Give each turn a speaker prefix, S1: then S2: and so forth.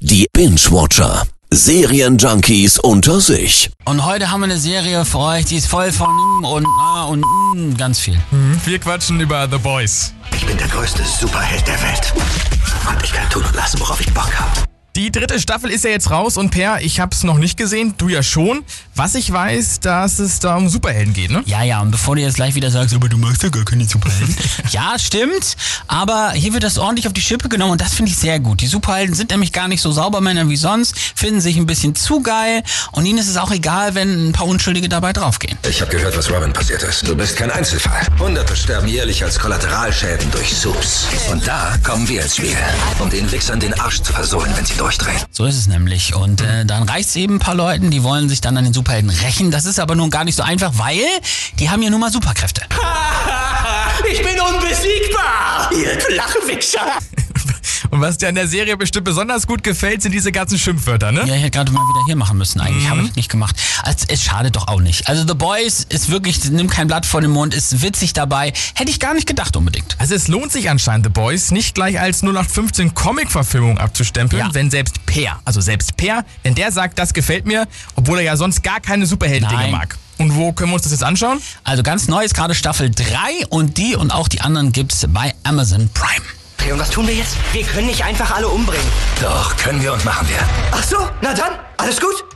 S1: Die Binge-Watcher. Serienjunkies unter sich.
S2: Und heute haben wir eine Serie für euch, die ist voll von und ah und mm, ganz viel.
S3: Wir quatschen über The Boys.
S4: Ich bin der größte Superheld der Welt. Und ich kann tun und lassen, worauf ich Bock habe.
S3: Die dritte Staffel ist ja jetzt raus und Per, ich hab's noch nicht gesehen, du ja schon. Was ich weiß, dass es da um Superhelden geht, ne?
S2: Ja, ja, und bevor du jetzt gleich wieder sagst, aber du magst ja gar keine Superhelden. ja, stimmt, aber hier wird das ordentlich auf die Schippe genommen und das finde ich sehr gut. Die Superhelden sind nämlich gar nicht so Saubermänner wie sonst, finden sich ein bisschen zu geil und ihnen ist es auch egal, wenn ein paar Unschuldige dabei draufgehen.
S4: Ich habe gehört, was Robin passiert ist. Du bist kein Einzelfall. Hunderte sterben jährlich als Kollateralschäden durch Subs. Und da kommen wir ins Spiel, um den Wichsern den Arsch zu versohlen, wenn sie durchdrehen.
S2: So ist es nämlich. Und äh, dann reicht's eben ein paar Leuten, die wollen sich dann an den Superhelden rächen. Das ist aber nun gar nicht so einfach, weil die haben ja nun mal Superkräfte.
S5: Ich bin unbesiegbar! Ihr Flachwichser!
S3: Und was dir an der Serie bestimmt besonders gut gefällt, sind diese ganzen Schimpfwörter, ne?
S2: Ja, ich hätte gerade mal wieder hier machen müssen eigentlich. Habe ich nicht gemacht. Also, es schadet doch auch nicht. Also The Boys ist wirklich, nimmt kein Blatt vor den Mund, ist witzig dabei. Hätte ich gar nicht gedacht unbedingt.
S3: Also es lohnt sich anscheinend, The Boys nicht gleich als 0815 Comic-Verfilmung abzustempeln,
S2: Ja.
S3: wenn selbst Per, also selbst Per, wenn der sagt, das gefällt mir, obwohl er ja sonst gar keine Superhelden-Dinge
S2: Nein.
S3: mag. Und wo können wir uns das jetzt anschauen?
S2: Also ganz neu ist gerade Staffel 3 und die und auch die anderen gibt's bei Amazon Prime.
S5: Okay, und was tun wir jetzt? Wir können nicht einfach alle umbringen.
S4: Doch, können wir und machen wir.
S5: Ach so, na dann, alles gut?